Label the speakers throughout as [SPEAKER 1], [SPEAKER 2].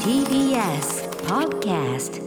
[SPEAKER 1] TBS Podcast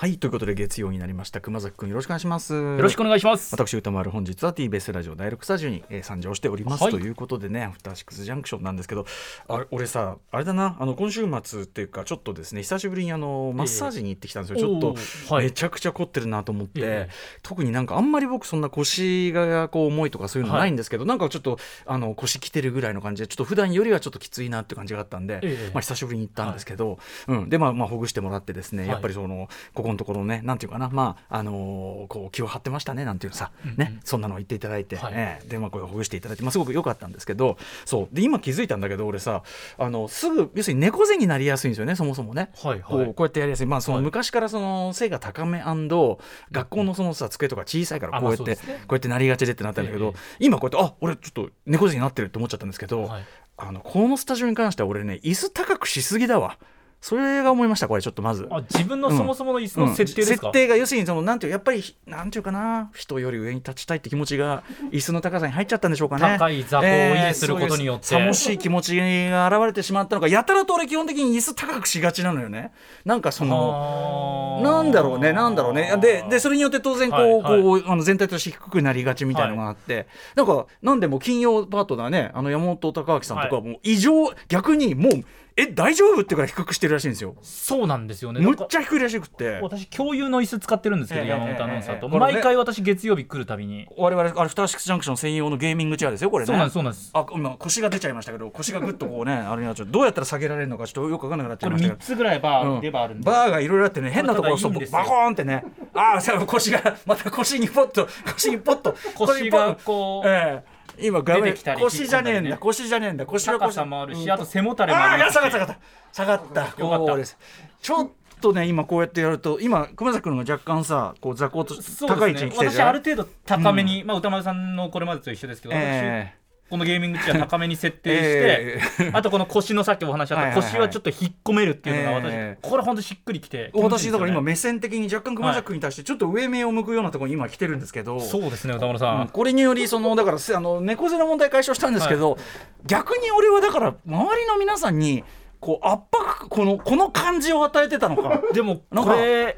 [SPEAKER 2] はいということで月曜になりました熊崎くんよろしくお願いしますよ
[SPEAKER 3] よろしくお願いします。
[SPEAKER 2] 私歌丸本日は TBS ラジオ第6スタジオに、えー参上しております、
[SPEAKER 3] はい
[SPEAKER 2] ということでねアフターシックスジャンクションなんですけどあ俺さあれだなあの今週末っていうかちょっとですね久しぶりにあのマッサージに行ってきたんですよ、
[SPEAKER 3] ええ
[SPEAKER 2] ちょっと
[SPEAKER 3] おーはい
[SPEAKER 2] めちゃくちゃ凝ってるなと思って、
[SPEAKER 3] ええ
[SPEAKER 2] 特になんかあんまり僕そんな腰がこう重いとかそういうのないんですけど、なんかちょっとあの腰きてるぐらいの感じでちょっと普段よりはちょっときついなっていう感じがあったんで、
[SPEAKER 3] ええ
[SPEAKER 2] まあ、久しぶりに行ったんですけど、うん、で、まあ、まあほぐしてもらってですね、
[SPEAKER 3] い
[SPEAKER 2] やっぱりそのここのところねなんていうかな、まああのーこう気を張ってましたねなんていうさ、ね、そんなの言っていただいて、
[SPEAKER 3] はい
[SPEAKER 2] ええで、まあ、これほぐしていただいて、まあ、すごく良かったんですけどそうで今気づいたんだけど俺さあのすぐ要するに猫背になりやすいんですよねそもそもね。
[SPEAKER 3] はい
[SPEAKER 2] こ
[SPEAKER 3] は
[SPEAKER 2] うこ
[SPEAKER 3] い。
[SPEAKER 2] うやってやりやすい、まあ、その
[SPEAKER 3] はい
[SPEAKER 2] 昔からその背が高め学校のそのさ机とか小さいから
[SPEAKER 3] あ
[SPEAKER 2] こうやって、
[SPEAKER 3] まあ
[SPEAKER 2] こ
[SPEAKER 3] そうですね
[SPEAKER 2] うやってなりがちでってなったんだけど、
[SPEAKER 3] え
[SPEAKER 2] 今こうやってあ俺ちょっと猫背になってるって思っちゃったんですけど、
[SPEAKER 3] はい
[SPEAKER 2] あのこのスタジオに関しては俺ね椅子高くしすぎだわそれが思いましたこれちょっとまず。
[SPEAKER 3] あ自分のそもそもの椅子
[SPEAKER 2] うん
[SPEAKER 3] の設定ですか。
[SPEAKER 2] 設定が要するにそのなんていうやっぱりなんていうかな人より上に立ちたいって気持ちが椅子の高さに入っちゃったんでしょうかね
[SPEAKER 3] 高い座高を維持することによって
[SPEAKER 2] そうですさもしい気持ちが現れてしまったのかやたらと俺基本的に椅子高くしがちなのよねなんかその
[SPEAKER 3] あー
[SPEAKER 2] なんだろうねなんだろうねででそれによって当然こう,、
[SPEAKER 3] はいはい
[SPEAKER 2] こうあの全体として低くなりがちみたいのがあって、なんかなんでも金曜パートナーねあの山本隆明さんとかはもう異常、逆にもうえ大丈夫ってからい低くしてるらしいんですよ
[SPEAKER 3] そうなんですよね。
[SPEAKER 2] むっ
[SPEAKER 3] なん
[SPEAKER 2] ち
[SPEAKER 3] か
[SPEAKER 2] ゃ低いらしくって
[SPEAKER 3] 私共有の椅子使ってるんですけ
[SPEAKER 2] え
[SPEAKER 3] ど、
[SPEAKER 2] え
[SPEAKER 3] 山本アナウンサーと、
[SPEAKER 2] ええええ
[SPEAKER 3] 毎回私月曜日来るたびに、
[SPEAKER 2] 我々あれ「フターシックスジャンクション」専用のゲーミングチェアですよこれね
[SPEAKER 3] そうなんですそうなんです。
[SPEAKER 2] あ今腰が出ちゃいましたけど腰がぐっとこうねあれになっちゃうどうやったら下げられるのかちょっとよく分かんなくなっちゃ
[SPEAKER 3] こ
[SPEAKER 2] い
[SPEAKER 3] れ
[SPEAKER 2] ました
[SPEAKER 3] 三
[SPEAKER 2] けど
[SPEAKER 3] つぐらいバ
[SPEAKER 2] う
[SPEAKER 3] ー
[SPEAKER 2] ん
[SPEAKER 3] レバーあるんで。
[SPEAKER 2] バーがいろいろあってね変なところ
[SPEAKER 3] これただいいんですよ
[SPEAKER 2] バコーンってねああそう腰がまた腰にポッと腰にポッと
[SPEAKER 3] 腰がこう
[SPEAKER 2] ええ今画
[SPEAKER 3] 出
[SPEAKER 2] 面
[SPEAKER 3] てきたり
[SPEAKER 2] 腰じゃねえんだ、
[SPEAKER 3] 引っ込んだりね
[SPEAKER 2] 腰じゃねえんだ腰が腰
[SPEAKER 3] 高さもあるし、
[SPEAKER 2] うん
[SPEAKER 3] あと背もたれも
[SPEAKER 2] あ
[SPEAKER 3] あ
[SPEAKER 2] あ
[SPEAKER 3] る
[SPEAKER 2] ー下がった下がった下がった
[SPEAKER 3] よかった
[SPEAKER 2] こうですちょっとね今こうやってやると今熊崎君のが若干さこう座高と
[SPEAKER 3] そう
[SPEAKER 2] 高い
[SPEAKER 3] で
[SPEAKER 2] 位置に来
[SPEAKER 3] すね
[SPEAKER 2] てる
[SPEAKER 3] 私
[SPEAKER 2] じゃ
[SPEAKER 3] あ
[SPEAKER 2] ん
[SPEAKER 3] る程度高めに、まあ歌丸さんのこれまでと一緒ですけど、私
[SPEAKER 2] ええ
[SPEAKER 3] このゲーミングチェア高めに設定
[SPEAKER 2] え
[SPEAKER 3] して、あとこの腰のさっきお話あ
[SPEAKER 2] はい
[SPEAKER 3] っ
[SPEAKER 2] は
[SPEAKER 3] た
[SPEAKER 2] いはい
[SPEAKER 3] 腰はちょっと引っ込めるっていうのが私、
[SPEAKER 2] え
[SPEAKER 3] これほんとしっくりきて
[SPEAKER 2] 私だから今
[SPEAKER 3] 気持ちいいで
[SPEAKER 2] 目線的に若干熊崎君に対してちょっと上目を向くようなところに今来てるんですけど、
[SPEAKER 3] すよねそうですね歌丸さん、
[SPEAKER 2] うんこれによりそのだからせあの猫背の問題解消したんですけど、逆に俺はだから周りの皆さんにこう圧迫このこの感じを与えてたの か
[SPEAKER 3] でも
[SPEAKER 2] なん
[SPEAKER 3] こ
[SPEAKER 2] か
[SPEAKER 3] れ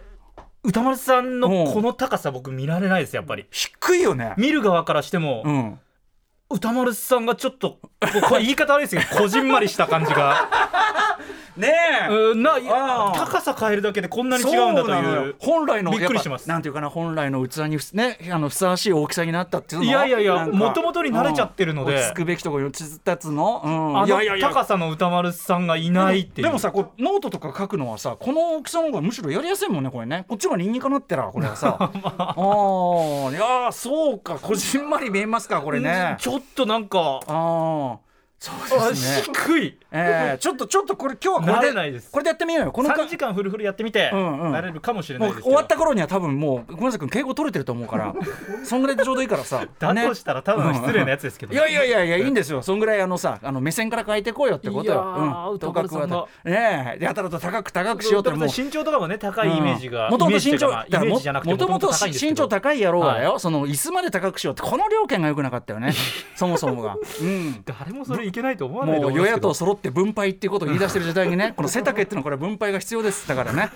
[SPEAKER 3] 歌丸さんの
[SPEAKER 2] うん
[SPEAKER 3] この高さ僕見られないですやっぱり
[SPEAKER 2] 低いよね。
[SPEAKER 3] 見る側からしても、
[SPEAKER 2] うん、
[SPEAKER 3] 歌丸さんがちょっとここれ言い方悪いですけ どこじんまりした感じが
[SPEAKER 2] ねえ、
[SPEAKER 3] うんな
[SPEAKER 2] あー
[SPEAKER 3] 高さ変えるだけでこんなに違うんだと
[SPEAKER 2] そなの
[SPEAKER 3] い
[SPEAKER 2] よ
[SPEAKER 3] う
[SPEAKER 2] 本来の
[SPEAKER 3] びっくりします
[SPEAKER 2] やぱなんていうかな本来の器にふ,、ね、あのふさわしい大きさになったっていうの
[SPEAKER 3] いやいやいや
[SPEAKER 2] なんか
[SPEAKER 3] 元々に慣れちゃってるので
[SPEAKER 2] うん落ち着くべきところに落ち着ったやつの、うん、
[SPEAKER 3] あ
[SPEAKER 2] いやいや
[SPEAKER 3] の
[SPEAKER 2] いや
[SPEAKER 3] 高さの歌丸さんがいないっていう
[SPEAKER 2] でもさこうノートとか書くのはさこの大きさの方がむしろやりやすいもんねこれねこっちはニンニクなってらこれは さあーいやーそうかこじんまり見えますかこれね
[SPEAKER 3] ちょっとなんか
[SPEAKER 2] ああそうですね
[SPEAKER 3] 低い
[SPEAKER 2] えー、ちょっとちょっとこれ今日はこ
[SPEAKER 3] 慣
[SPEAKER 2] れ
[SPEAKER 3] れ
[SPEAKER 2] で
[SPEAKER 3] ないです
[SPEAKER 2] これでやってみようよこの
[SPEAKER 3] 3時間フルフルやってみて、
[SPEAKER 2] うんうん
[SPEAKER 3] なれるかもしれない
[SPEAKER 2] も
[SPEAKER 3] です
[SPEAKER 2] う
[SPEAKER 3] け
[SPEAKER 2] 終
[SPEAKER 3] ど
[SPEAKER 2] わった頃には多分もう熊崎君敬語取れてると思うから そんぐらいでちょうどいいからさ
[SPEAKER 3] だ
[SPEAKER 2] ね
[SPEAKER 3] としたら多分失礼なやつですけど、
[SPEAKER 2] いやいやいやいやいいんですよそんぐらいあのさあの目線から変えていこうよってこと
[SPEAKER 3] いや
[SPEAKER 2] よ、
[SPEAKER 3] ー
[SPEAKER 2] うん、
[SPEAKER 3] 歌丸さんが
[SPEAKER 2] とかくわねえでやたらと高く高くしようって
[SPEAKER 3] で
[SPEAKER 2] も
[SPEAKER 3] も
[SPEAKER 2] う
[SPEAKER 3] 身長とかもね高いイメージが、
[SPEAKER 2] もともと
[SPEAKER 3] イメージ
[SPEAKER 2] 身
[SPEAKER 3] と
[SPEAKER 2] 長
[SPEAKER 3] いうかまあイメージじゃなくて
[SPEAKER 2] もともと
[SPEAKER 3] 元々高いんですけど
[SPEAKER 2] 身長高い野郎だよ、その椅子まで高くしようってこの料金が良くなかった よねそもそもが、うん、
[SPEAKER 3] 誰もそれいけないと思わないと
[SPEAKER 2] もう
[SPEAKER 3] 思いま
[SPEAKER 2] 与野
[SPEAKER 3] すけど
[SPEAKER 2] 党揃って分配っていうことを言い出してる時代に ねこの背丈っていうのはこれは分配が必要ですだからね、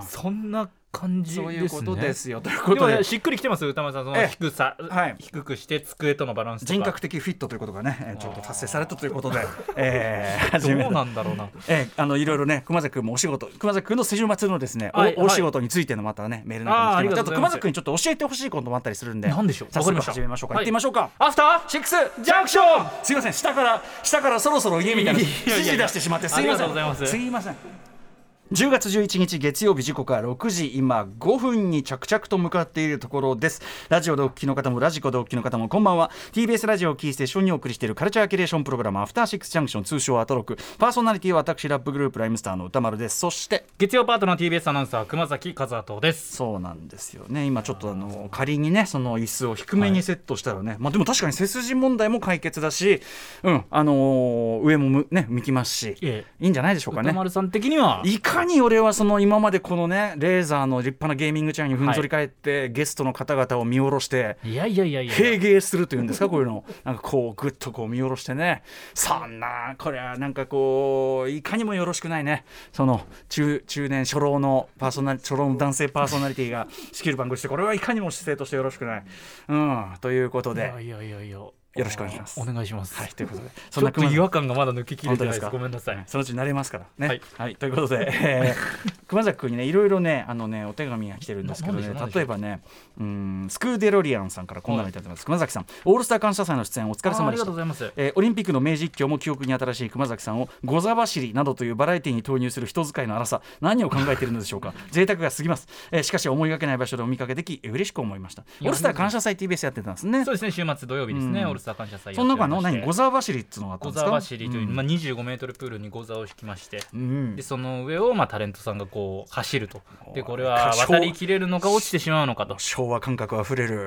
[SPEAKER 2] う
[SPEAKER 3] そんな感
[SPEAKER 2] ん、
[SPEAKER 3] じ
[SPEAKER 2] そういうこと
[SPEAKER 3] で
[SPEAKER 2] ですすよという
[SPEAKER 3] ね
[SPEAKER 2] こ
[SPEAKER 3] で
[SPEAKER 2] と
[SPEAKER 3] も
[SPEAKER 2] で
[SPEAKER 3] ねしっくりきてます歌丸さんそ
[SPEAKER 2] え
[SPEAKER 3] の
[SPEAKER 2] え
[SPEAKER 3] 低さ、
[SPEAKER 2] はい
[SPEAKER 3] 低くして机とのバランスとか
[SPEAKER 2] 人格的フィットということがねえーちょっと達成されたということで、えー、
[SPEAKER 3] ど
[SPEAKER 2] 始め
[SPEAKER 3] うなんだろうな
[SPEAKER 2] ええ、あのいろいろね熊崎君もお仕事熊崎君の先週末のですね、お
[SPEAKER 3] はい
[SPEAKER 2] お仕事についてのまたねメールなんかも来てます
[SPEAKER 3] あーありが
[SPEAKER 2] あ
[SPEAKER 3] と
[SPEAKER 2] と
[SPEAKER 3] うございま
[SPEAKER 2] 熊
[SPEAKER 3] す
[SPEAKER 2] 崎君にちょっと教えてほしいこともあったりするんで
[SPEAKER 3] 何でしょう
[SPEAKER 2] 早
[SPEAKER 3] わか
[SPEAKER 2] 速
[SPEAKER 3] りました
[SPEAKER 2] 始めましょうか、
[SPEAKER 3] は
[SPEAKER 2] 行
[SPEAKER 3] い
[SPEAKER 2] ってみましょうか
[SPEAKER 3] アフターシックスジャンクション
[SPEAKER 2] すいません下から下からそろそろ家みたいない
[SPEAKER 3] やいやいや
[SPEAKER 2] 指示出してしまってすいません
[SPEAKER 3] ありがとうございます
[SPEAKER 2] すいません10月11日月曜日時刻は6時今5分に着々と向かっているところですラジオでお聞きの方もラジコでお聞きの方もこんばんは TBS ラジオをキーステーションにお送りしているカルチャーキュレーションプログラムアフターシックスジャンクション通称アトロクパーソナリティは私ラップグループライムスターの歌丸ですそして
[SPEAKER 3] 月曜パートナー TBS アナウンサー熊崎和人です
[SPEAKER 2] そうなんですよね今ちょっとあの仮にねその椅子を低めにセットしたらね、まあでも確かに背筋問題も解決だしうんあのー上もむね向きますし
[SPEAKER 3] ええ
[SPEAKER 2] いいんじゃないでしょうか
[SPEAKER 3] 歌
[SPEAKER 2] ね
[SPEAKER 3] 丸さん的にはい
[SPEAKER 2] かかに俺はその今までこのねレーザーの立派なゲーミングチェアにふんぞり返って、ゲストの方々を見下ろして
[SPEAKER 3] いやいやいやいや
[SPEAKER 2] 平芸するというんですかこういうのをなんかこうグッとこう見下ろしてねそんなこれはなんかこういかにもよろしくないねその中中年初老のパーソナリ初老の男性パーソナリティが仕切る番組してこれはいかにも姿勢としてよろしくない。うん、ということ
[SPEAKER 3] い
[SPEAKER 2] で
[SPEAKER 3] や。いやいやいやよ
[SPEAKER 2] ろしくお願いします
[SPEAKER 3] お願いします
[SPEAKER 2] はい、ということで、
[SPEAKER 3] ちょっと
[SPEAKER 2] 熊
[SPEAKER 3] 違和感がまだ抜けきれ
[SPEAKER 2] 本当
[SPEAKER 3] てな
[SPEAKER 2] です
[SPEAKER 3] いで
[SPEAKER 2] か
[SPEAKER 3] すごめんなさい
[SPEAKER 2] そのうち慣れますからね。は
[SPEAKER 3] はいい、
[SPEAKER 2] ということ で、えー、熊崎君にねいろいろねあのねお手紙が来てるんですけど
[SPEAKER 3] な
[SPEAKER 2] ね
[SPEAKER 3] なんでしょう
[SPEAKER 2] 例えばねうんスクーデロリアンさんからこんなのいただいてます、熊崎さんオールスター感謝祭の出演お疲れ
[SPEAKER 3] あーあ
[SPEAKER 2] 様で
[SPEAKER 3] り
[SPEAKER 2] し
[SPEAKER 3] が
[SPEAKER 2] た
[SPEAKER 3] とうご。ざいます
[SPEAKER 2] えーオリンピックの名実況も記憶に新しい熊崎さんを「ゴザ走り」などというバラエティに投入する人使いの荒さ何を考えているのでしょう か贅沢が過ぎます、えーしかし思いがけない場所でお見かけでき嬉しく思いましたオールスター感謝祭 TBS やってたんですね
[SPEAKER 3] そうですね週末土曜日ですね、
[SPEAKER 2] うん
[SPEAKER 3] オールスター感謝祭
[SPEAKER 2] その中の何
[SPEAKER 3] ゴ
[SPEAKER 2] ゴ
[SPEAKER 3] ザ
[SPEAKER 2] ザ走りっていうのがあったんですか
[SPEAKER 3] 走りという、
[SPEAKER 2] ん
[SPEAKER 3] まあ、25メートルプールにゴザを引きまして
[SPEAKER 2] うん
[SPEAKER 3] でその上をまあタレントさんがこう走るとでこれ
[SPEAKER 2] 歌
[SPEAKER 3] は
[SPEAKER 2] 唱
[SPEAKER 3] 渡りきれるのか落ちてしまうのかと、
[SPEAKER 2] 昭和感覚あふれる、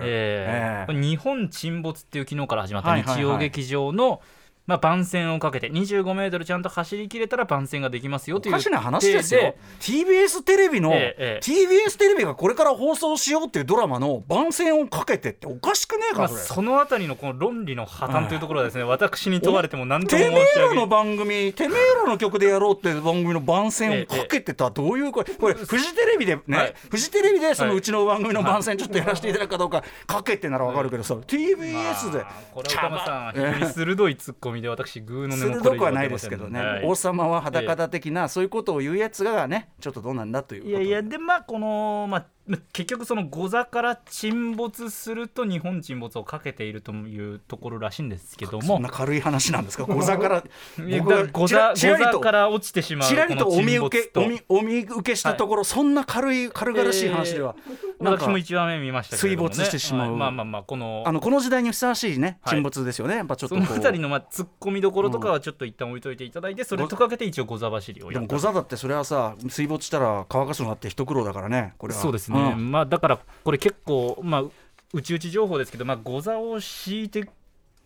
[SPEAKER 2] え
[SPEAKER 3] えーこれ日本沈没っていう昨日から始まっ
[SPEAKER 2] は
[SPEAKER 3] た
[SPEAKER 2] いはいはい
[SPEAKER 3] 日曜劇場の、まあ、番宣をかけて25メートルちゃんと走りきれたら番宣ができますよと
[SPEAKER 2] お
[SPEAKER 3] いう
[SPEAKER 2] かしな話ですよ TBS テレビの、
[SPEAKER 3] ええええ
[SPEAKER 2] TBS テレビがこれから放送しようっていうドラマの番宣をかけてっておかしくねえ
[SPEAKER 3] ま
[SPEAKER 2] か
[SPEAKER 3] あ、
[SPEAKER 2] それ、
[SPEAKER 3] そのあたりのこの論理の破綻というところはですね、私に問われても何とも
[SPEAKER 2] て
[SPEAKER 3] 申
[SPEAKER 2] め
[SPEAKER 3] し
[SPEAKER 2] え
[SPEAKER 3] 上
[SPEAKER 2] ら
[SPEAKER 3] げ
[SPEAKER 2] の番組てめえらの曲でやろうっていう番組の番宣をかけてたらどういうこれこれフジテレビでね、
[SPEAKER 3] はい
[SPEAKER 2] フジテレビでその
[SPEAKER 3] はいう
[SPEAKER 2] ちの番組の番宣ちょっとやらせていただくかどうかかけてならわかるけどさ TBS で
[SPEAKER 3] まあこれは岡本さんは非常に鋭い突っ込みで私グーの根も
[SPEAKER 2] 鋭
[SPEAKER 3] これ以
[SPEAKER 2] く
[SPEAKER 3] 上
[SPEAKER 2] はないですけどね、
[SPEAKER 3] はい
[SPEAKER 2] 王様は裸だ的なそういうことを言うやつがねちょっとどうなんだということ
[SPEAKER 3] いやいやでまあこの、まあ、まあ結局その御座から沈没すると日本沈没をかけているというところらしいんですけど
[SPEAKER 2] そん
[SPEAKER 3] も
[SPEAKER 2] な軽い話なんですか御座から
[SPEAKER 3] いや
[SPEAKER 2] 僕は
[SPEAKER 3] 御
[SPEAKER 2] ちら
[SPEAKER 3] 座
[SPEAKER 2] ちらり
[SPEAKER 3] 御
[SPEAKER 2] と
[SPEAKER 3] 座から落ちてしまう
[SPEAKER 2] ちらりと
[SPEAKER 3] この
[SPEAKER 2] お見
[SPEAKER 3] 沈
[SPEAKER 2] 受
[SPEAKER 3] 没
[SPEAKER 2] けお見お見受けしたところ、そんな軽い軽々しい話では、なんか
[SPEAKER 3] 私も一話目見ましたけれども、ね、
[SPEAKER 2] 水没してしまう
[SPEAKER 3] はいまあまあまあこの
[SPEAKER 2] あのこの時代にふさわしいね
[SPEAKER 3] はい
[SPEAKER 2] 沈没ですよね、やっぱちょっと
[SPEAKER 3] そ
[SPEAKER 2] こ
[SPEAKER 3] の
[SPEAKER 2] う
[SPEAKER 3] 辺りのまあ突っ込みどころとかはちょっと一旦置いといていただいてそれとかけて一応御座走りを
[SPEAKER 2] で
[SPEAKER 3] やっ
[SPEAKER 2] も
[SPEAKER 3] た
[SPEAKER 2] 御座だってそれはさ水没したら乾かすのだって一苦労だからねこれは
[SPEAKER 3] そうですね、
[SPEAKER 2] ん
[SPEAKER 3] まあだからこれ結構まあうちうち情報ですけどまあ御座を敷いて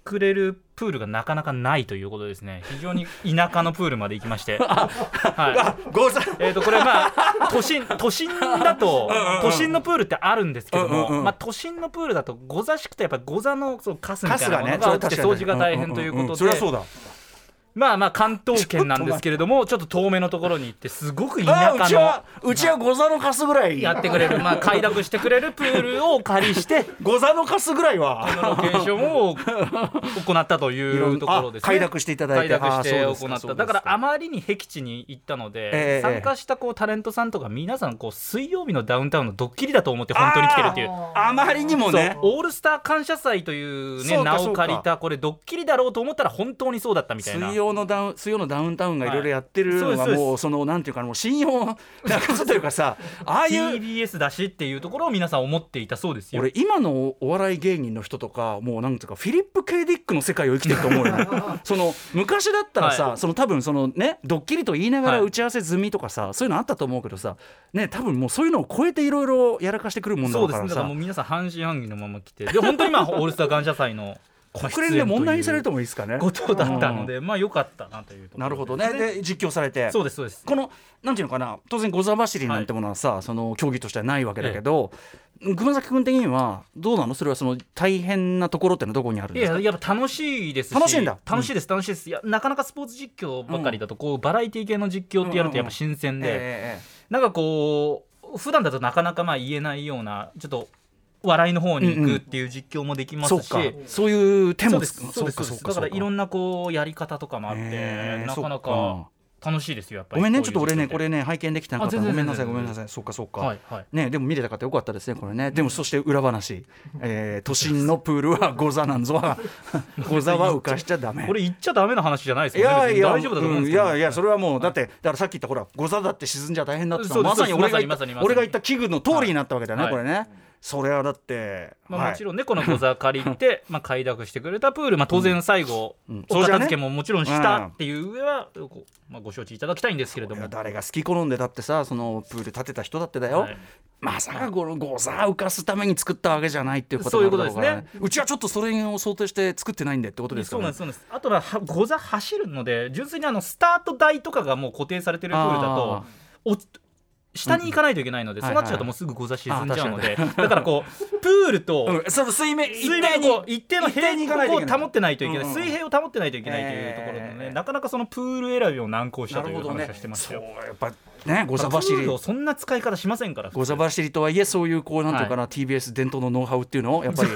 [SPEAKER 3] くれるプールがなかなかないということですね非常に田舎のプールまで行きま して、はい
[SPEAKER 2] あ御座
[SPEAKER 3] えー、とこれまあ都心都心だと都心のプールってあるんですけども、
[SPEAKER 2] うんうんうん
[SPEAKER 3] まあ、都心のプールだと御座敷くとやっぱり御座のそのカスみた
[SPEAKER 2] カ
[SPEAKER 3] い
[SPEAKER 2] ス
[SPEAKER 3] な
[SPEAKER 2] が
[SPEAKER 3] も
[SPEAKER 2] ね
[SPEAKER 3] のが落ちて掃除が大変というこ
[SPEAKER 2] んん
[SPEAKER 3] と
[SPEAKER 2] んそれは
[SPEAKER 3] で
[SPEAKER 2] そうだ
[SPEAKER 3] まあまあ関東圏なんですけれどもちょっと遠目のところに行ってすごく
[SPEAKER 2] あ
[SPEAKER 3] 田
[SPEAKER 2] う
[SPEAKER 3] 舎
[SPEAKER 2] ち
[SPEAKER 3] の
[SPEAKER 2] はうちは御座のカスぐらい
[SPEAKER 3] やってくれる、 まあ、快諾してくれるプールをお借りして
[SPEAKER 2] 御座のカスぐらいは
[SPEAKER 3] ロケーションを行ったというところですね。
[SPEAKER 2] あ快諾していただいて
[SPEAKER 3] 快諾して
[SPEAKER 2] あ
[SPEAKER 3] 行
[SPEAKER 2] ーそうで
[SPEAKER 3] っ
[SPEAKER 2] すか
[SPEAKER 3] ただ
[SPEAKER 2] そうです
[SPEAKER 3] から
[SPEAKER 2] か
[SPEAKER 3] あまりに僻地に行ったので、
[SPEAKER 2] ええ
[SPEAKER 3] 参加したこうタレントさんとか皆さんこう水曜日のダウンタウンのドッキリだと思って本当に来てるっていう
[SPEAKER 2] あーあまりにもね
[SPEAKER 3] そうオールスター感謝祭という、
[SPEAKER 2] そう
[SPEAKER 3] ね、
[SPEAKER 2] か
[SPEAKER 3] 名
[SPEAKER 2] そう
[SPEAKER 3] を
[SPEAKER 2] か
[SPEAKER 3] 借りたこれドッキリだろうと思ったら本当にそうだったみたいな
[SPEAKER 2] 水曜のダウン水曜のダウンタウンがいろいろやってるの
[SPEAKER 3] はいそ
[SPEAKER 2] が
[SPEAKER 3] うです
[SPEAKER 2] もうそのなんていうかなもう信用なくすというか さああいう
[SPEAKER 3] TBS だしっていうところを皆さん思っていたそうですよ。
[SPEAKER 2] 俺今のお笑い芸人の人とかもうなんていうかフィリップ・ケイ・ディックの世界を生きてると思うよね その昔だったらさ、
[SPEAKER 3] は
[SPEAKER 2] その多分そのねドッキリと言いながら
[SPEAKER 3] はい
[SPEAKER 2] 打ち合わせ済みとかさ、そういうのあったと思うけどさね多分もうそういうのを超えていろいろやらかしてくるもんだ
[SPEAKER 3] そうで
[SPEAKER 2] か
[SPEAKER 3] すね
[SPEAKER 2] ら
[SPEAKER 3] だか
[SPEAKER 2] さ
[SPEAKER 3] らもう皆さん半信半疑のまま来てで本当 に今オールスター感謝祭の
[SPEAKER 2] 国連で問題にされる
[SPEAKER 3] と
[SPEAKER 2] ともいいですかね
[SPEAKER 3] いうことだったので、まあ良かったなというところです
[SPEAKER 2] なるほどねで実況されて
[SPEAKER 3] そうですそうです
[SPEAKER 2] このなんていうのかな当然御座走りなんてものはさ、その競技としてはないわけだけど、熊崎君的にはどうなのそれはその大変なところってのはどこにあるん
[SPEAKER 3] い
[SPEAKER 2] ですか
[SPEAKER 3] ややっぱ楽しいですし
[SPEAKER 2] 楽しいんだ
[SPEAKER 3] 楽しいです楽しいですいやなかなかスポーツ実況ばかりだと、こうバラエティ系の実況ってやるとやっぱ新鮮で、
[SPEAKER 2] え
[SPEAKER 3] なんかこう普段だとなかなかまあ言えないようなちょっと笑いの方に行くっていう実況もでき
[SPEAKER 2] え
[SPEAKER 3] ます
[SPEAKER 2] そう
[SPEAKER 3] し、
[SPEAKER 2] かそういう手
[SPEAKER 3] そ
[SPEAKER 2] も
[SPEAKER 3] うですそうですそうですだからい
[SPEAKER 2] な
[SPEAKER 3] ろ
[SPEAKER 2] ん
[SPEAKER 3] なこうやり方とかもあって、
[SPEAKER 2] ええ
[SPEAKER 3] なかな
[SPEAKER 2] そ
[SPEAKER 3] か楽しいですよやっ
[SPEAKER 2] ご
[SPEAKER 3] ぱり
[SPEAKER 2] めんね
[SPEAKER 3] う
[SPEAKER 2] ちょ
[SPEAKER 3] いう
[SPEAKER 2] っと俺ね
[SPEAKER 3] 実況
[SPEAKER 2] こ
[SPEAKER 3] て
[SPEAKER 2] れね拝見できてなかった
[SPEAKER 3] あ
[SPEAKER 2] ご
[SPEAKER 3] 全
[SPEAKER 2] め
[SPEAKER 3] 然
[SPEAKER 2] んなさいご
[SPEAKER 3] 全然
[SPEAKER 2] めんなさいそうかそうか、
[SPEAKER 3] はいはい
[SPEAKER 2] ね、でも見れた方よかったですね、これね、でもそして裏話、えー都心のプールはゴザなんぞ は、ゴザは浮かしちゃだめ。
[SPEAKER 3] これ言っちゃダメな話じゃないです
[SPEAKER 2] い
[SPEAKER 3] よ
[SPEAKER 2] やい
[SPEAKER 3] ね。別に
[SPEAKER 2] や、
[SPEAKER 3] 大丈夫だと思うんですけど。
[SPEAKER 2] いやいや、それはもう、だって、だからさっき言った、ほら、ゴザだって沈んじゃ大変だってさ、
[SPEAKER 3] そうで
[SPEAKER 2] ますさに俺が言っ
[SPEAKER 3] ま
[SPEAKER 2] た
[SPEAKER 3] さにまさにまさに
[SPEAKER 2] 俺が言った器具の通りになったわけだよね、
[SPEAKER 3] はい
[SPEAKER 2] これね。それはだって、
[SPEAKER 3] まあ、
[SPEAKER 2] はい
[SPEAKER 3] もちろんね、この小座借り て、まあ、快諾してくれたプール、まあ、当然最後、
[SPEAKER 2] うんうん
[SPEAKER 3] お片付けももちろんしたっていう上は、こうまあ、ご承知いただきたいんですけれど
[SPEAKER 2] い
[SPEAKER 3] も
[SPEAKER 2] や。誰が好き好んでだってさそのプール建てた人だってだよ、
[SPEAKER 3] はい
[SPEAKER 2] まさかこのゴザ浮かすために作ったわけじゃないっていうこと
[SPEAKER 3] そういう
[SPEAKER 2] に
[SPEAKER 3] こ
[SPEAKER 2] な
[SPEAKER 3] と
[SPEAKER 2] る
[SPEAKER 3] で
[SPEAKER 2] だ
[SPEAKER 3] す
[SPEAKER 2] ろうから
[SPEAKER 3] ね
[SPEAKER 2] ねうちはちょっとそれを想定して作ってないんでってことですか
[SPEAKER 3] そう
[SPEAKER 2] ら、
[SPEAKER 3] なん
[SPEAKER 2] ね
[SPEAKER 3] です、そうなんです。あとは、は小座走るので、純粋にあの、スタート台とかがもう固定されてるプールだ
[SPEAKER 2] あ
[SPEAKER 3] と
[SPEAKER 2] ー。
[SPEAKER 3] お下に行かないといけないので、
[SPEAKER 2] うん
[SPEAKER 3] そうなっちゃうともうすぐゴザ沈んじゃうので、
[SPEAKER 2] はい
[SPEAKER 3] だからこうプールと、
[SPEAKER 2] うん、その水面一
[SPEAKER 3] 水
[SPEAKER 2] 定
[SPEAKER 3] 面
[SPEAKER 2] に
[SPEAKER 3] にこう一定の
[SPEAKER 2] 一
[SPEAKER 3] 平
[SPEAKER 2] 定に行かない
[SPEAKER 3] 均
[SPEAKER 2] とい
[SPEAKER 3] を
[SPEAKER 2] けない
[SPEAKER 3] 保ってないといけない、
[SPEAKER 2] うんうん
[SPEAKER 3] 水平を保ってないといけないというところでね、
[SPEAKER 2] えー
[SPEAKER 3] なかなかそのプール選びを難航した
[SPEAKER 2] な
[SPEAKER 3] とい
[SPEAKER 2] る
[SPEAKER 3] う
[SPEAKER 2] ほど
[SPEAKER 3] 話
[SPEAKER 2] ね
[SPEAKER 3] をしてまし
[SPEAKER 2] そ
[SPEAKER 3] た
[SPEAKER 2] う
[SPEAKER 3] よ。
[SPEAKER 2] やっぱねご
[SPEAKER 3] プ
[SPEAKER 2] ざばし
[SPEAKER 3] ー
[SPEAKER 2] り
[SPEAKER 3] ルをそんな使い方しませんから
[SPEAKER 2] ござばしりとはいえそういうこうなんというかな、TBS 伝統のノウハウっていうのをやっ ぱり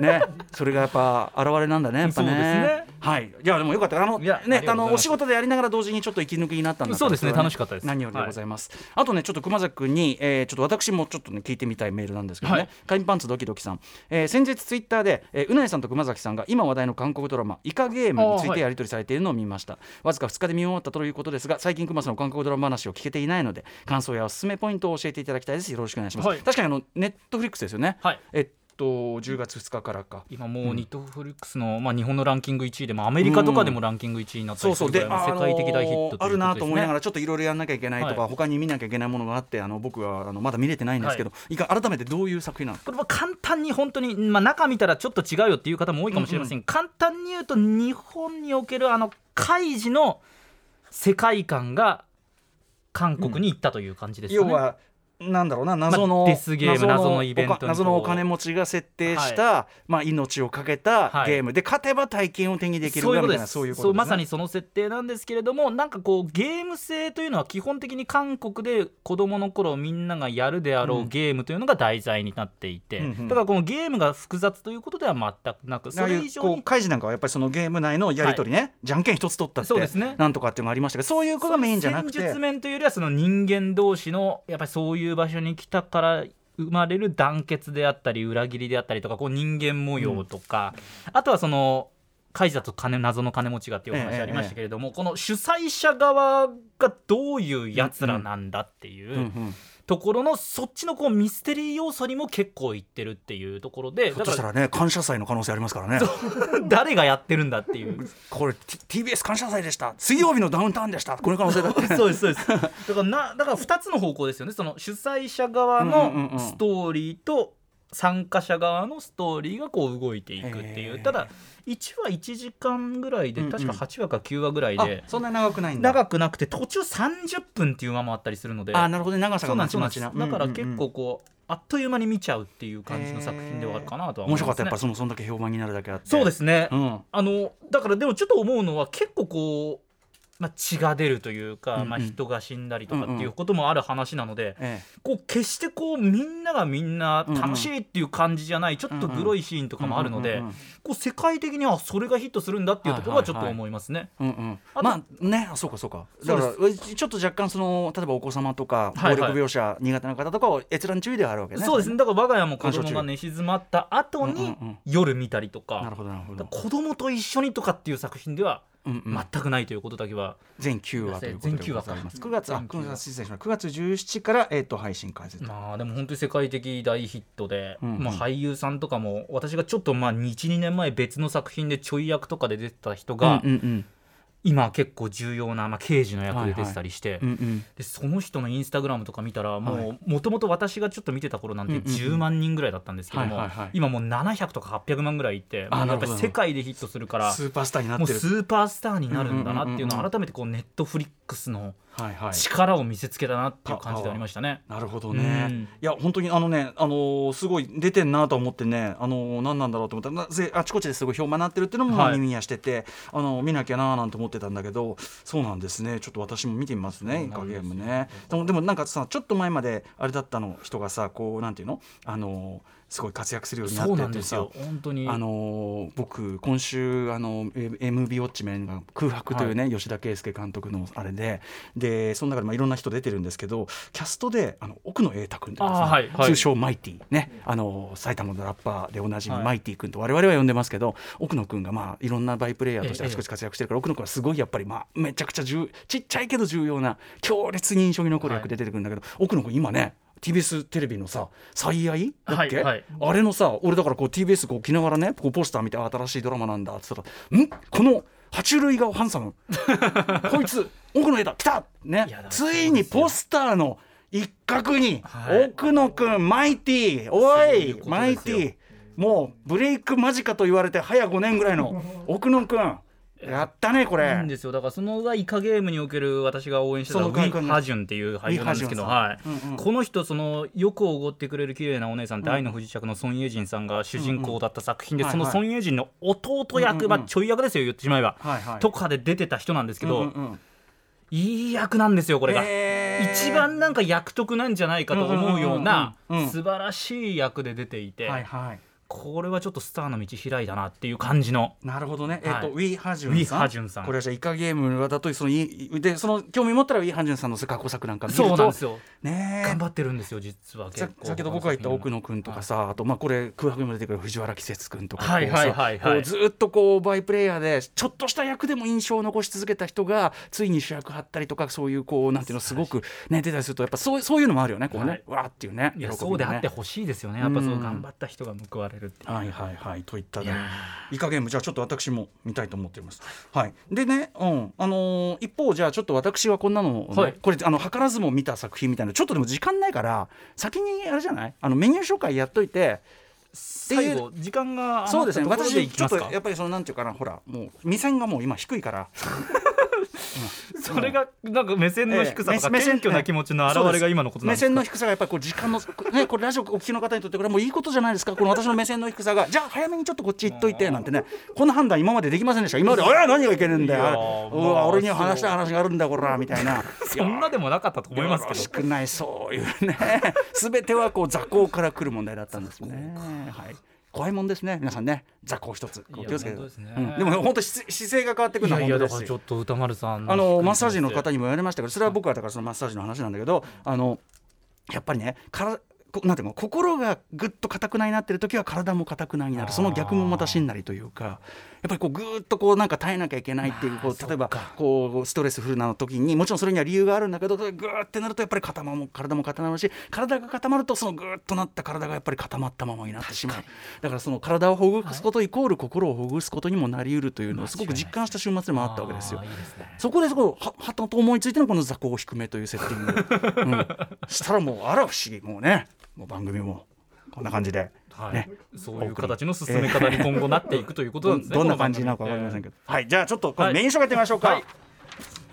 [SPEAKER 2] ねそれがやっぱ現れなんだねやっぱね
[SPEAKER 3] そうですね
[SPEAKER 2] はいいやでもよかったあの
[SPEAKER 3] いやあ
[SPEAKER 2] ね
[SPEAKER 3] りが
[SPEAKER 2] あ
[SPEAKER 3] と
[SPEAKER 2] の
[SPEAKER 3] うございま
[SPEAKER 2] お
[SPEAKER 3] す
[SPEAKER 2] 仕事でやりながら同時にちょっと息抜きになったんだ
[SPEAKER 3] そうですね
[SPEAKER 2] それは
[SPEAKER 3] 楽しかったです
[SPEAKER 2] 何よりでございます、あとねちょっと熊崎君に、えーちょっと私もちょっとね聞いてみたいメールなんですけどね、
[SPEAKER 3] はい
[SPEAKER 2] カインパンツドキドキさん、えー先日ツイッターで、えーうなえさんと熊崎さんが今話題の韓国ドラマ「イカゲーム」につい
[SPEAKER 3] あーは
[SPEAKER 2] て
[SPEAKER 3] い
[SPEAKER 2] やり取りされているのを見ました、わずか2日で見終わったということですが最近熊さんの韓国ドラマ話を聞けていないので感想やおすすめポイントを教えていただきたいですよろしくお願いします、
[SPEAKER 3] はい
[SPEAKER 2] 確かにあのネットフリックスですよね、
[SPEAKER 3] はい
[SPEAKER 2] えっと10月2日からか
[SPEAKER 3] 今もうニットフリックスの、まあ、日本のランキング1位でもアメリカとかでもランキング1位になった
[SPEAKER 2] そう
[SPEAKER 3] りす
[SPEAKER 2] そう
[SPEAKER 3] るぐ
[SPEAKER 2] で
[SPEAKER 3] らいの世界的大ヒット
[SPEAKER 2] あのーあるなと思いなが
[SPEAKER 3] ら
[SPEAKER 2] らちょっといろいろやんなきゃいけないとか、
[SPEAKER 3] はい
[SPEAKER 2] 他に見なきゃいけないものがあってあの僕はあのまだ見れてないんですけど、い、か改めてどういう作品なの
[SPEAKER 3] これも簡単に本当に、まあ、中見たらちょっと違うよっていう方も多いかもしれません、簡単に言うと日本におけるあの開示の世界観が韓国に行ったという感じですか
[SPEAKER 2] 要
[SPEAKER 3] ね、
[SPEAKER 2] はなんだろうな謎の、
[SPEAKER 3] まあデスゲーム謎のイベントに
[SPEAKER 2] おか謎のお金持ちが設定した、まあ、命をかけた
[SPEAKER 3] はい
[SPEAKER 2] ゲームで、勝てば体験を手にできる
[SPEAKER 3] そうい
[SPEAKER 2] が
[SPEAKER 3] うこ
[SPEAKER 2] みた
[SPEAKER 3] と
[SPEAKER 2] い
[SPEAKER 3] です
[SPEAKER 2] なそういうこ
[SPEAKER 3] そ
[SPEAKER 2] と
[SPEAKER 3] う
[SPEAKER 2] ですね
[SPEAKER 3] まさにその設定なんですけれどもなんかこうゲーム性というのは基本的に韓国で子どもの頃みんながやるであろ
[SPEAKER 2] う
[SPEAKER 3] うんゲームというのが題材になっていて、
[SPEAKER 2] うんうん
[SPEAKER 3] だからこのゲームが複雑ということでは全くなく
[SPEAKER 2] あ
[SPEAKER 3] そ
[SPEAKER 2] あい
[SPEAKER 3] れ
[SPEAKER 2] う
[SPEAKER 3] 以上
[SPEAKER 2] こう
[SPEAKER 3] に
[SPEAKER 2] 開示なんかはやっぱりそのゲーム内のやり取りね、じゃんけん一つ取ったって
[SPEAKER 3] そうですね
[SPEAKER 2] なんとかっていうのがありましたけどそういうことがメインじゃなくて
[SPEAKER 3] 戦術面というよりはその人間同士のやっぱりそういう場所に来たから生まれる団結であったり裏切りであったりとかこう人間模様とか、あとはそのカイザと金謎の金持ちがっていうお
[SPEAKER 2] ええ
[SPEAKER 3] 話ありましたけれども、この主催者側がどういうやつらなんだっていう、
[SPEAKER 2] うんうん
[SPEAKER 3] ところのそっちのこうミステリー要素にも結構いってるっていうところで
[SPEAKER 2] ひょっ
[SPEAKER 3] だ
[SPEAKER 2] とした
[SPEAKER 3] から
[SPEAKER 2] ね感謝祭の可能性ありますからね
[SPEAKER 3] 誰がやってるんだっていう
[SPEAKER 2] これ T- TBS 感謝祭でした水曜日のダウンタウンでしたこの可能性だって
[SPEAKER 3] そうですそうですだからなだから2つの方向ですよねその主催者側
[SPEAKER 2] うんうんうんう
[SPEAKER 3] の
[SPEAKER 2] ん
[SPEAKER 3] ストーリーと参加者側のストーリーがこう動いていくってい
[SPEAKER 2] へ
[SPEAKER 3] う
[SPEAKER 2] ー
[SPEAKER 3] ただ1話1時間ぐらいで
[SPEAKER 2] うんうん
[SPEAKER 3] 確か8話か9話ぐらい
[SPEAKER 2] あ
[SPEAKER 3] で
[SPEAKER 2] そんなに長くないんだ
[SPEAKER 3] 長くなくて途中30分っていうままあったりするので
[SPEAKER 2] あなるほどね長さ
[SPEAKER 3] そ
[SPEAKER 2] が
[SPEAKER 3] うなん
[SPEAKER 2] ま
[SPEAKER 3] で
[SPEAKER 2] ち
[SPEAKER 3] すそう
[SPEAKER 2] まちな
[SPEAKER 3] なんですだから結
[SPEAKER 2] うんうん
[SPEAKER 3] 構こうあっという間に見ちゃうっていう感じの作品ではあるかなとは
[SPEAKER 2] うん
[SPEAKER 3] 思
[SPEAKER 2] 面
[SPEAKER 3] い
[SPEAKER 2] 白か
[SPEAKER 3] ま
[SPEAKER 2] った
[SPEAKER 3] す
[SPEAKER 2] やっ
[SPEAKER 3] ね
[SPEAKER 2] ぱ。そのそんだけ評判になるだけあって
[SPEAKER 3] そうですすね
[SPEAKER 2] うん
[SPEAKER 3] あのだからでもちょっと思うのは結構こう、まあ、血が出るというか、
[SPEAKER 2] うんうん
[SPEAKER 3] まあ、人が死んだりと
[SPEAKER 2] うんう
[SPEAKER 3] か
[SPEAKER 2] ん
[SPEAKER 3] っていうこともある話なので、
[SPEAKER 2] え
[SPEAKER 3] こう決してこうみんながみんな楽しいっていう感じじゃない、ちょっとグロいシーンと
[SPEAKER 2] え
[SPEAKER 3] かもあるので、
[SPEAKER 2] うんうん
[SPEAKER 3] こう世界的にはそれがヒットするんだっていうところはちょっと思いますね。
[SPEAKER 2] うんうん
[SPEAKER 3] あと
[SPEAKER 2] まあねそうかそうかだからちょっと若干その例えばお子様とか
[SPEAKER 3] は
[SPEAKER 2] 暴
[SPEAKER 3] いはい
[SPEAKER 2] 力描写苦手な方とかを閲覧注意ではあるわけね
[SPEAKER 3] そうですねだから我が家も子
[SPEAKER 2] 鑑
[SPEAKER 3] 供
[SPEAKER 2] 賞
[SPEAKER 3] が
[SPEAKER 2] 中
[SPEAKER 3] 寝静まった後
[SPEAKER 2] うんうんう
[SPEAKER 3] に
[SPEAKER 2] ん
[SPEAKER 3] 夜見たりと
[SPEAKER 2] なる
[SPEAKER 3] か,、
[SPEAKER 2] ほどなるほど
[SPEAKER 3] 子供と一緒にとかっていう作品では
[SPEAKER 2] うんうん
[SPEAKER 3] 全くないということだけは、
[SPEAKER 2] 全9話ということでございます。9
[SPEAKER 3] 全9話
[SPEAKER 2] 月あ
[SPEAKER 3] 全9話
[SPEAKER 2] 9月失礼しました9月17からえっと配信開始。
[SPEAKER 3] まあでも本当に世界的大ヒットで、
[SPEAKER 2] うんうん
[SPEAKER 3] まあ、俳優さんとかも私がちょっとまあ12年前別の作品でちょい役とかで出てた人が、
[SPEAKER 2] うんうん
[SPEAKER 3] 今結構重要な、まあ、刑事の役で出てたりして、
[SPEAKER 2] うんうん
[SPEAKER 3] でその人のインスタグラムとか見たら
[SPEAKER 2] は
[SPEAKER 3] もともと私がちょっと見てた頃なんて
[SPEAKER 2] うんうんうん
[SPEAKER 3] 10万人ぐらいだったんですけども、
[SPEAKER 2] はいはいはい
[SPEAKER 3] 今もう700とか800万ぐらいいって
[SPEAKER 2] あ
[SPEAKER 3] もうや
[SPEAKER 2] な
[SPEAKER 3] っぱ
[SPEAKER 2] る
[SPEAKER 3] り
[SPEAKER 2] ほど
[SPEAKER 3] 世界でヒットするから
[SPEAKER 2] スーパースターになっ
[SPEAKER 3] もう
[SPEAKER 2] てる
[SPEAKER 3] ス。ーパースターになるんだなっていうの
[SPEAKER 2] うんうんうんう
[SPEAKER 3] を
[SPEAKER 2] ん
[SPEAKER 3] 改めてこうネットフリックスの
[SPEAKER 2] はいはい。
[SPEAKER 3] 力を見せつけたなっていう感じでありましたね。
[SPEAKER 2] なるほどね、
[SPEAKER 3] うん
[SPEAKER 2] いや本当にあのね、あのーすごい出てんなと思ってね、あのー何なんだろうと思ったらなぜあちこちですごい評判になってるっていうのも、まあ
[SPEAKER 3] はい
[SPEAKER 2] 耳にはしててあのー見なきゃなーなんて思ってたんだけどそうなんですねちょっと私も見てみますねイカゲームねでもでもなんかさちょっと前まであれだったの人がさこうなんていうの、あのーすごい活躍するようになっ
[SPEAKER 3] そう
[SPEAKER 2] て
[SPEAKER 3] な
[SPEAKER 2] っ
[SPEAKER 3] ん
[SPEAKER 2] て
[SPEAKER 3] です
[SPEAKER 2] さ
[SPEAKER 3] よ本当に
[SPEAKER 2] あのー僕今週あのえ MB ウォッチメンが空白というね、吉田圭佑監督のあれででその中でまあいろんな人出てるんですけどキャストであの奥野瑛太君とかですね
[SPEAKER 3] あーはいはい
[SPEAKER 2] 通称マイティねあのー埼玉のラッパーでおなじみ
[SPEAKER 3] はい
[SPEAKER 2] マイティ君と我々は呼んでますけど、奥野君がまあいろんなバイプレイヤーとして
[SPEAKER 3] ええ
[SPEAKER 2] あちこち活躍してるから、奥野君はすごいやっぱりまあめちゃくちゃ重ちっちゃいけど重要な強烈に印象に残る役で出てくるんだけど、奥野君今ね TBS テレビのさ「最愛」だっけ、
[SPEAKER 3] はいはい
[SPEAKER 2] あれのさ俺だからこう TBS こう着ながらねこうポスター見てあ新しいドラマなんだっつったら「んこの爬虫類顔ハンサ ムこいつ奥の枝来た!」ね
[SPEAKER 3] いやだから
[SPEAKER 2] ついにポスターの一角に、
[SPEAKER 3] はい
[SPEAKER 2] 奥野くんマイティお
[SPEAKER 3] そう
[SPEAKER 2] い
[SPEAKER 3] いうこと
[SPEAKER 2] マ
[SPEAKER 3] で
[SPEAKER 2] イ
[SPEAKER 3] す
[SPEAKER 2] テ
[SPEAKER 3] よ
[SPEAKER 2] ィもうブレイク間近と言われて早5年ぐらいの奥野くんやったねこれ
[SPEAKER 3] いいんですよだからそのイカゲームにおける私が応援してた
[SPEAKER 2] そ
[SPEAKER 3] ウ
[SPEAKER 2] の感覚
[SPEAKER 3] ィ・ハジュンっていう俳優なんですけど、
[SPEAKER 2] ウィハ
[SPEAKER 3] は
[SPEAKER 2] ジ
[SPEAKER 3] い
[SPEAKER 2] ュンさんうんうん
[SPEAKER 3] この人そのよくおごってくれる綺麗なお姉さんって愛の不時着のソン・イェジンさんが主人公だった作品で、
[SPEAKER 2] うんうん
[SPEAKER 3] そのソン・イェジンの弟役、
[SPEAKER 2] はいはい
[SPEAKER 3] まあ、ちょい役ですよ言ってしまえば、
[SPEAKER 2] はいはい
[SPEAKER 3] とかで出てた人なんですけど、
[SPEAKER 2] うんうんうん
[SPEAKER 3] いい役なんですよこれが。
[SPEAKER 2] へー
[SPEAKER 3] 一番なんか役得なんじゃないかと思うような
[SPEAKER 2] うんうんうんうん
[SPEAKER 3] 素晴らしい役で出ていて、
[SPEAKER 2] はいはい
[SPEAKER 3] これはちょっとスターの道開いたなっていう感じの
[SPEAKER 2] なるほどね、
[SPEAKER 3] はい
[SPEAKER 2] えっとウィ・ハジュン
[SPEAKER 3] ウィ
[SPEAKER 2] さん
[SPEAKER 3] ハジュンさん
[SPEAKER 2] これはじゃあイカゲームだとそのいでその興味持ったらウィ・ハジュンさんの過去作なんか見ると
[SPEAKER 3] そうなんですよ
[SPEAKER 2] ねえ
[SPEAKER 3] 頑張ってるんですよ実は
[SPEAKER 2] さ
[SPEAKER 3] 結構
[SPEAKER 2] 先ほど僕が言った奥野君とかさ、あとまあこれ空白にも出てくる藤原季節君とかこうさ
[SPEAKER 3] はいはいはいはい
[SPEAKER 2] こうずっとこうバイプレイヤーでちょっとした役でも印象を残し続けた人がついに主役張ったりとかそういうこうなんていうのすごくね出たりするとやっぱそうそういうのもあるよねこうね、
[SPEAKER 3] はい
[SPEAKER 2] わーっていうね
[SPEAKER 3] いや
[SPEAKER 2] 喜び
[SPEAKER 3] そうで
[SPEAKER 2] も
[SPEAKER 3] あ
[SPEAKER 2] ね
[SPEAKER 3] ってほしいですよねやっぱそううん頑張った人が報われるっていう
[SPEAKER 2] はいはいはいといったね
[SPEAKER 3] いや
[SPEAKER 2] いかゲームじゃあちょっと私も見たいと思っております。はい、でね、うんあのー一方じゃあちょっと私はこんなのをね、
[SPEAKER 3] はい
[SPEAKER 2] これあの図らずも見た作品みたいなちょっとでも時間ないから先にあれじゃないあのメニュー紹介やっといて
[SPEAKER 3] 最後時間が
[SPEAKER 2] そうですね
[SPEAKER 3] 余ったと
[SPEAKER 2] 私
[SPEAKER 3] ころでいき
[SPEAKER 2] ちょ
[SPEAKER 3] ま
[SPEAKER 2] っ
[SPEAKER 3] す
[SPEAKER 2] と
[SPEAKER 3] か
[SPEAKER 2] やっぱりそのなんていうかなほらもう目線がもう今低いから
[SPEAKER 3] それがなんか目線の低さとか
[SPEAKER 2] ええ目
[SPEAKER 3] 謙
[SPEAKER 2] 線
[SPEAKER 3] 虚な気持ちの表れが今のこと
[SPEAKER 2] 目
[SPEAKER 3] なんです
[SPEAKER 2] 線
[SPEAKER 3] か
[SPEAKER 2] の低さがやっぱりこう時間の、ね、これラジオお聞きの方にとってこれはもういいことじゃないですかこの私の目線の低さがじゃあ早めにちょっとこっち行っといてなんてねこの判断今までできませんでした今まで「あら何がいけねえんだ
[SPEAKER 3] いや
[SPEAKER 2] よ
[SPEAKER 3] ー
[SPEAKER 2] うわ、
[SPEAKER 3] まあ
[SPEAKER 2] 俺には話したい話があるんだこら」みたいな
[SPEAKER 3] そんなでもなかったと思います
[SPEAKER 2] よ
[SPEAKER 3] け
[SPEAKER 2] ろ
[SPEAKER 3] ど
[SPEAKER 2] しくないそういうね 全てはこう座高から来る問題だったんですね。はい怖いもんですね皆さんね座高一つ
[SPEAKER 3] いや
[SPEAKER 2] 気をつけて、
[SPEAKER 3] 本当ですね
[SPEAKER 2] うんでもね本当姿姿勢が変わってくる
[SPEAKER 3] い
[SPEAKER 2] のは
[SPEAKER 3] やい
[SPEAKER 2] 本
[SPEAKER 3] や
[SPEAKER 2] 当
[SPEAKER 3] だ
[SPEAKER 2] で
[SPEAKER 3] から
[SPEAKER 2] す
[SPEAKER 3] ちょ
[SPEAKER 2] よ
[SPEAKER 3] っと歌丸さん
[SPEAKER 2] あのマッサージの方
[SPEAKER 3] に
[SPEAKER 2] にも言われましたけどそれは僕はだからそのマッサージの話なんだけどあのやっぱりねからこなんていうの心がぐっと硬くなになってる時は体も硬くなにな
[SPEAKER 3] あ
[SPEAKER 2] る
[SPEAKER 3] ー
[SPEAKER 2] その逆もまたしんなりというかやっぱりこうぐーっとこうなんか耐えなきゃいけないっていうこう例えばこうストレスフルな時にもちろんそれには理由があるんだけどぐーってなるとやっぱり固まも体も固まるし体が固まるとそのぐーっとなった体がやっぱり固まったままになってしまうだからその体をほぐすことイコール心をほぐすことにもなりうるというのをすごく実感した週末でもあったわけですよ
[SPEAKER 3] い。いですね
[SPEAKER 2] そこでそこははたと思いついてのこの雑魚を低めというセッティング、うん、したらもうあら不思議もうねもう番組もこんな感じで、
[SPEAKER 3] はい、
[SPEAKER 2] ね
[SPEAKER 3] そういう形の進め方に今後なっていくということな
[SPEAKER 2] ど
[SPEAKER 3] んですね。
[SPEAKER 2] どんな感じなのか分かりませんけ
[SPEAKER 3] ど。
[SPEAKER 2] ど、はいじゃあちょっとこ
[SPEAKER 3] は
[SPEAKER 2] の
[SPEAKER 3] い
[SPEAKER 2] メイン紹介やってみましょうか、
[SPEAKER 3] はい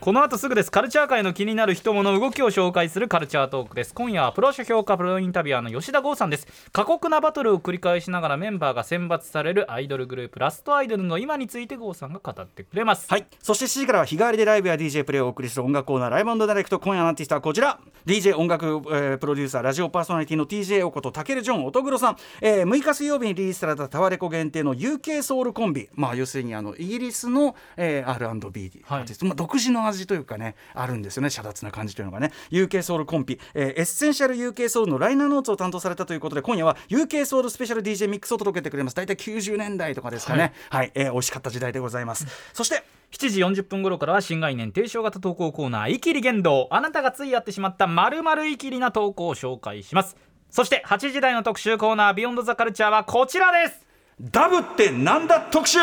[SPEAKER 3] この後すぐです。カルチャー界の気になる人物動きを紹介するカルチャートークです。今夜はプロ書評家プロインタビュアーの吉田剛さんです。過酷なバトルを繰り返しながらメンバーが選抜されるアイドルグループラストアイドルの今について剛さんが語ってくれます。
[SPEAKER 2] はい、そして7時からは日替わりでライブや DJ プレイをお送りする音楽コーナーライブダイレクト今夜のアーティストはこちら DJ 音楽、えープロデューサーラジオパーソナリティの TJ おことたけるジョン乙黒さん、えー6日水曜日にリリースされたタワレコ限定の UK ソウルコンビ、まあ、要するにあのイギリスの、えー R&B ア
[SPEAKER 3] はい
[SPEAKER 2] ーティスト、まあ、独自の味というかねあるんですよね遮奪な感じというのがね UK ソウルコンビ、えーエッセンシャル UK ソウルのライナーノーツを担当されたということで今夜は UK ソウルスペシャル DJ ミックスを届けてくれます大体90年代とかですかねはい、えー美味しかった時代でございますそして
[SPEAKER 3] 7時40分頃からは新概念提唱型投稿コーナー「イキリ言動」あなたがついやってしまったまるイキリな投稿を紹介しますそして8時台の特集コーナー「ビヨンドザカルチャーはこちらです
[SPEAKER 2] ダブってなんだ特集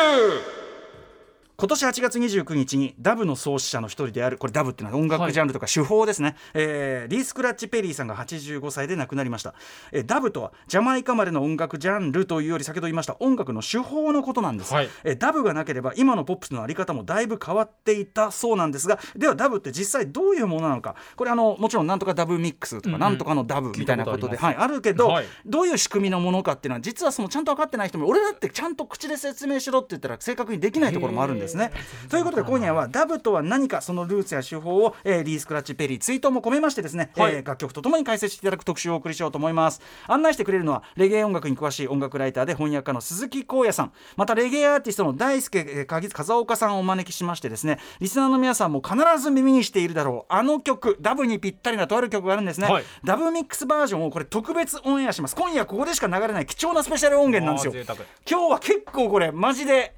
[SPEAKER 2] 今年8月29日にダブの創始者の一人であるこれダブってのは音楽ジャンルとか手法ですね、えーリー・スクラッチ・ペリーさんが85歳で亡くなりました、えーダブとはジャマイカ生まれの音楽ジャンルというより先ほど言いました音楽の手法のことなんです、
[SPEAKER 3] はい
[SPEAKER 2] えーダブがなければ今のポップスのあり方もだいぶ変わっていたそうなんですがではダブって実際どういうものなのかこれあのもちろんなんとかダブミックスとかなんとかのダブみたいなこと
[SPEAKER 3] 聞い
[SPEAKER 2] で、
[SPEAKER 3] たことあ
[SPEAKER 2] はい、あるけど、
[SPEAKER 3] はい
[SPEAKER 2] どういう仕組みのものかっていうのは実はそのちゃんと分かってない人も俺だってちゃんと口で説明しろって言ったら正確にできないところもあるんですね。ということで今夜はダブとは何かそのルーツや手法を、えーリー・スクラッチ・ペリー追悼も込めましてですね、
[SPEAKER 3] はい
[SPEAKER 2] えー楽曲とともに解説していただく特集をお送りしようと思います案内してくれるのはレゲエ音楽に詳しい音楽ライターで翻訳家の鈴木光也さんまたレゲエアーティストの大輔えーかぎ風岡さんをお招きしましてですねリスナーの皆さんも必ず耳にしているだろうあの曲ダブにぴったりなとある曲があるんですね、
[SPEAKER 3] はい
[SPEAKER 2] ダブミックスバージョンをこれ特別オンエアします今夜ここでしか流れない貴重なスペシャル音源なんですよ
[SPEAKER 3] あー贅沢
[SPEAKER 2] 今日は結構これマジで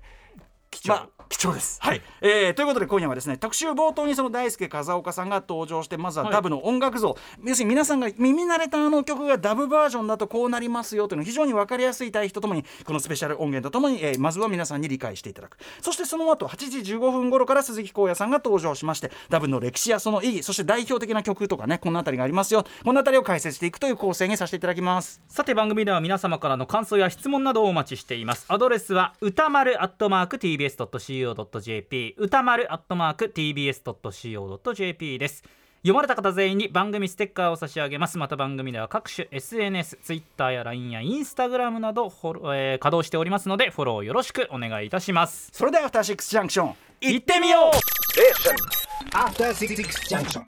[SPEAKER 3] 貴重
[SPEAKER 2] まあ貴重です、
[SPEAKER 3] は
[SPEAKER 2] はいいえーということで今夜はですね特集冒頭にその大輔風岡さんが登場してまずは
[SPEAKER 3] はい
[SPEAKER 2] ダブの音楽像、要するに皆さんが耳慣れたあの曲がダブバージョンだとこうなりますよというのを非常に分かりやすい対比とともにこのスペシャル音源とともに、えーまずは皆さんに理解していただくそしてその後8時15分頃から鈴木光也さんが登場しましてダブの歴史やその意義そして代表的な曲とかねこの辺りがありますよこの辺りを解説していくという構成にさせていただきます。
[SPEAKER 3] さて番組では皆様からの感想や質問などをお待ちしていますアドレスは歌丸 atmark tbs.co.jp tbs.co.jp 歌丸アットマーク tbs.co.jp です読まれた方全員に番組ステッカーを差し上げますまた番組では各種 SNSTwitter や LINE や Instagram などフォロー、えー稼働しておりますのでフォローよろしくお願いいたします
[SPEAKER 2] それではアフターシックスジャンクション
[SPEAKER 3] 行ってみよう
[SPEAKER 1] After Six Junction.